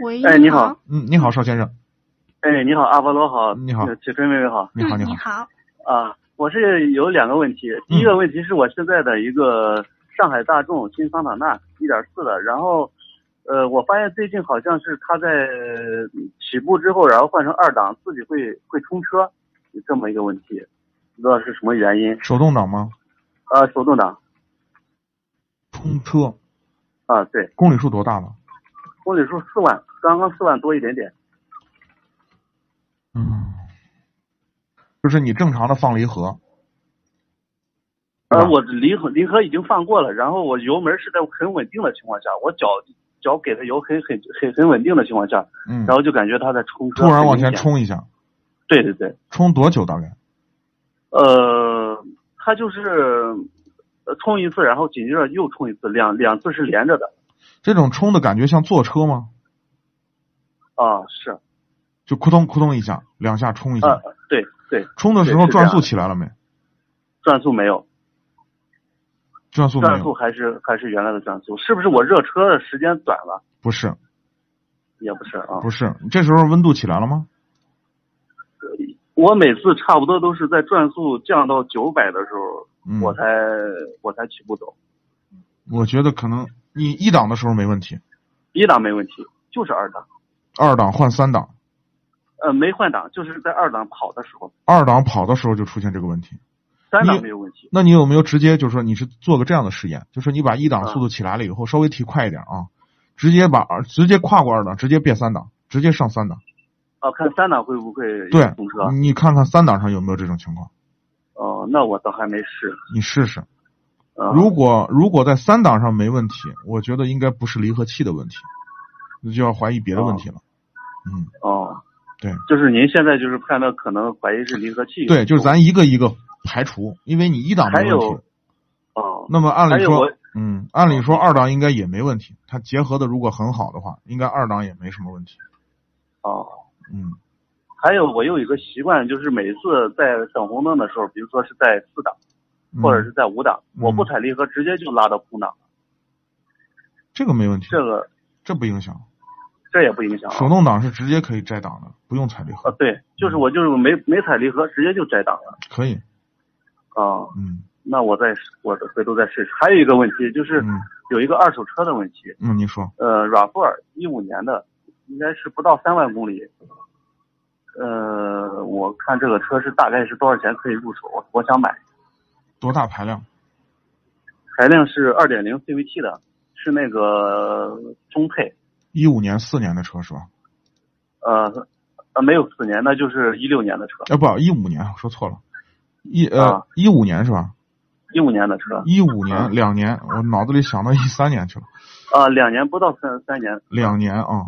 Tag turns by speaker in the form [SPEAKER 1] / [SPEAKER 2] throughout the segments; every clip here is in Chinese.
[SPEAKER 1] 喂，
[SPEAKER 2] 哎你好，
[SPEAKER 3] 嗯，你好，邵先生，
[SPEAKER 2] 哎，你好，阿波罗好，
[SPEAKER 3] 你好
[SPEAKER 2] 呃铁锤妹妹好
[SPEAKER 3] 你好，
[SPEAKER 1] 嗯
[SPEAKER 3] 你
[SPEAKER 1] 你
[SPEAKER 3] 好，
[SPEAKER 1] 好，
[SPEAKER 2] 啊！我是有两个问题，第
[SPEAKER 3] 嗯
[SPEAKER 2] 一个问题是我现在的一个上海大众新桑塔纳一点四的，然后呃，我发现最近好像是它在呃起步之后，然后换成二档，自己会会冲车，有这么一个问题，不知道是什么原因。
[SPEAKER 3] 手动挡吗？
[SPEAKER 2] 啊，手动挡
[SPEAKER 3] 冲车，
[SPEAKER 2] 啊，对，
[SPEAKER 3] 公里数多大了？
[SPEAKER 2] 公里数四万，刚刚四万多一点点。
[SPEAKER 3] 嗯，就是你正常的放离合，
[SPEAKER 2] 呃
[SPEAKER 3] 啊，
[SPEAKER 2] 我离合离合已经放过了，然后我油门是在很稳定的情况下，我脚脚给的油很很很很稳定的情况下，
[SPEAKER 3] 嗯
[SPEAKER 2] 然，后就感觉它在冲车，
[SPEAKER 3] 突然往
[SPEAKER 2] 很明
[SPEAKER 3] 前
[SPEAKER 2] 显。
[SPEAKER 3] 冲一下，
[SPEAKER 2] 对对对，
[SPEAKER 3] 冲多久大概？
[SPEAKER 2] 呃，它就是呃冲一次，然后紧接着又冲一次，两两次是连着的
[SPEAKER 3] 这种冲的感觉像坐车吗？
[SPEAKER 2] 啊，是
[SPEAKER 3] 就扑通扑通一下，两下冲一下，
[SPEAKER 2] 啊，对对，
[SPEAKER 3] 冲的时
[SPEAKER 2] 对
[SPEAKER 3] 候
[SPEAKER 2] 是这样
[SPEAKER 3] 转速起来了没？
[SPEAKER 2] 转速没有，
[SPEAKER 3] 转速没
[SPEAKER 2] 转速
[SPEAKER 3] 有？
[SPEAKER 2] 还是还是原来的转速，是不是我热车的时间短了？
[SPEAKER 3] 不是，
[SPEAKER 2] 也不是啊，
[SPEAKER 3] 不是，这时候温度起来了吗？
[SPEAKER 2] 我每次差不多都是在转速降到九百的时候，
[SPEAKER 3] 嗯，
[SPEAKER 2] 我才我才起步走。
[SPEAKER 3] 我觉得可能你一档的时候没问题，
[SPEAKER 2] 一档没问题，就是二档，
[SPEAKER 3] 二档换三档，
[SPEAKER 2] 呃，没换挡，就是在二档跑的时候，
[SPEAKER 3] 二档跑的时候就出现这个问题。
[SPEAKER 2] 三档
[SPEAKER 3] 你
[SPEAKER 2] 没有问题。
[SPEAKER 3] 那你有没有直接就是说你是做个这样的试验，就是你把一
[SPEAKER 2] 啊
[SPEAKER 3] 档速度起来了以后稍微提快一点啊，直接把二直接跨过二档，直接变三档，直接上三档。
[SPEAKER 2] 啊，看三档会不会
[SPEAKER 3] 对嗯
[SPEAKER 2] 堵车？，
[SPEAKER 3] 你看看三档上有没有这种情况，
[SPEAKER 2] 哦，那我倒还没试。
[SPEAKER 3] 你试试。
[SPEAKER 2] 啊、
[SPEAKER 3] 如果如果在三档上没问题，我觉得应该不是离合器的问题，那就要怀疑别的问题
[SPEAKER 2] 啊
[SPEAKER 3] 了。嗯，
[SPEAKER 2] 哦，
[SPEAKER 3] 对，
[SPEAKER 2] 就是您现在就是判断可能怀疑是离合器。
[SPEAKER 3] 对，就是咱一个一个排除，因为你一档没
[SPEAKER 2] 还
[SPEAKER 3] 问
[SPEAKER 2] 有
[SPEAKER 3] 题，
[SPEAKER 2] 哦，
[SPEAKER 3] 那么按
[SPEAKER 2] 还
[SPEAKER 3] 理
[SPEAKER 2] 有
[SPEAKER 3] 说
[SPEAKER 2] 我，
[SPEAKER 3] 嗯，按理说二档应该也没问题，它结合的如果很好的话，应该二档也没什么问题。
[SPEAKER 2] 哦，
[SPEAKER 3] 嗯，
[SPEAKER 2] 还有我有一个习惯，就是每次在等红灯的时候，比如说是在四档
[SPEAKER 3] 嗯
[SPEAKER 2] 或者是在五档，
[SPEAKER 3] 嗯
[SPEAKER 2] 我不踩离合，直接就拉到空档，
[SPEAKER 3] 这个没问题，
[SPEAKER 2] 这个
[SPEAKER 3] 这不影响。
[SPEAKER 2] 这也不影响啊。
[SPEAKER 3] 手动挡是直接可以摘档的，不用踩离
[SPEAKER 2] 啊
[SPEAKER 3] 合，，
[SPEAKER 2] 对，就是我就是没没踩离合，直接就摘档了
[SPEAKER 3] 可以。
[SPEAKER 2] 啊。
[SPEAKER 3] 嗯
[SPEAKER 2] 那我再我回头再试试。还有一个问题就是
[SPEAKER 3] 嗯
[SPEAKER 2] 有一个二手车的问题，
[SPEAKER 3] 嗯，你说
[SPEAKER 2] 呃，RAV4 一五年的，应该是不到三万公里。呃，我看这个车是大概是多少钱可以入手？我我想买，
[SPEAKER 3] 多大排量？
[SPEAKER 2] 排量是二点零 CVT 的，是那个中配，
[SPEAKER 3] 一五年四年的车是吧？
[SPEAKER 2] 呃，呃没有四年，那就是一六年的车，
[SPEAKER 3] 啊，不，一五年，我说错了，一呃
[SPEAKER 2] 啊
[SPEAKER 3] 一五年是吧？
[SPEAKER 2] 一五年的车，
[SPEAKER 3] 一五年两年，我脑子里想到一三年去了，
[SPEAKER 2] 啊、两年不到三三年，
[SPEAKER 3] 两年啊，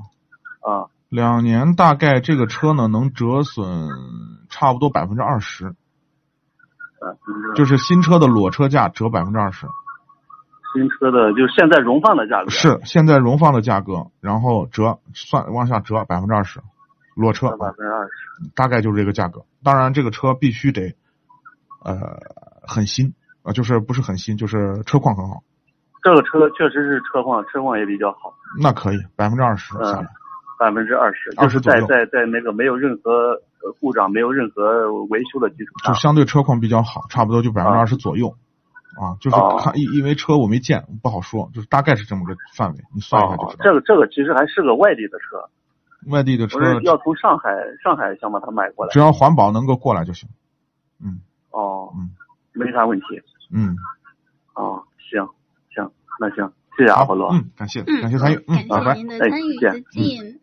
[SPEAKER 2] 啊、
[SPEAKER 3] 两年大概这个车呢能折损差不多百分之二十，
[SPEAKER 2] 呃，
[SPEAKER 3] 就是新车的裸车价折百分之二十，
[SPEAKER 2] 新车的，就是现在荣放的价格，
[SPEAKER 3] 是现在荣放的价格，然后折算往下折百分之二十，裸车
[SPEAKER 2] 啊百分之二十，
[SPEAKER 3] 大概就是这个价格。当然，这个车必须得呃很新啊、呃就是不是很新，就是车况很好，
[SPEAKER 2] 这个车确实是车况，车况也比较好。
[SPEAKER 3] 那可以百分之二十
[SPEAKER 2] 嗯
[SPEAKER 3] 下来。
[SPEAKER 2] 百分之二十，就是
[SPEAKER 3] 20左
[SPEAKER 2] 在
[SPEAKER 3] 右
[SPEAKER 2] 在在那个没有任何呃故障、没有任何维修的基础
[SPEAKER 3] 就
[SPEAKER 2] 上，
[SPEAKER 3] 相对车况比较好，差不多就百分之二十左右。啊，就是
[SPEAKER 2] 哦
[SPEAKER 3] 看，因、因为车我没见，不好说，就是大概是这么个范围，你算一下就
[SPEAKER 2] 哦
[SPEAKER 3] 知道。
[SPEAKER 2] 这个这个其实还是个外地的车，
[SPEAKER 3] 外地的车
[SPEAKER 2] 我是要从上海上海想把它买过来
[SPEAKER 3] 只。要环保能够过来就行。嗯
[SPEAKER 2] 哦
[SPEAKER 3] 嗯，
[SPEAKER 2] 没啥问题。
[SPEAKER 3] 嗯，
[SPEAKER 2] 哦，行行，那行，谢谢阿
[SPEAKER 3] 好
[SPEAKER 2] 波罗。
[SPEAKER 3] 嗯，感谢
[SPEAKER 1] 嗯
[SPEAKER 3] 感谢参与，嗯，拜
[SPEAKER 1] 感
[SPEAKER 3] 拜
[SPEAKER 1] 谢。您的
[SPEAKER 2] 哎
[SPEAKER 1] 参与，
[SPEAKER 2] 再
[SPEAKER 1] 再
[SPEAKER 2] 见
[SPEAKER 1] 见。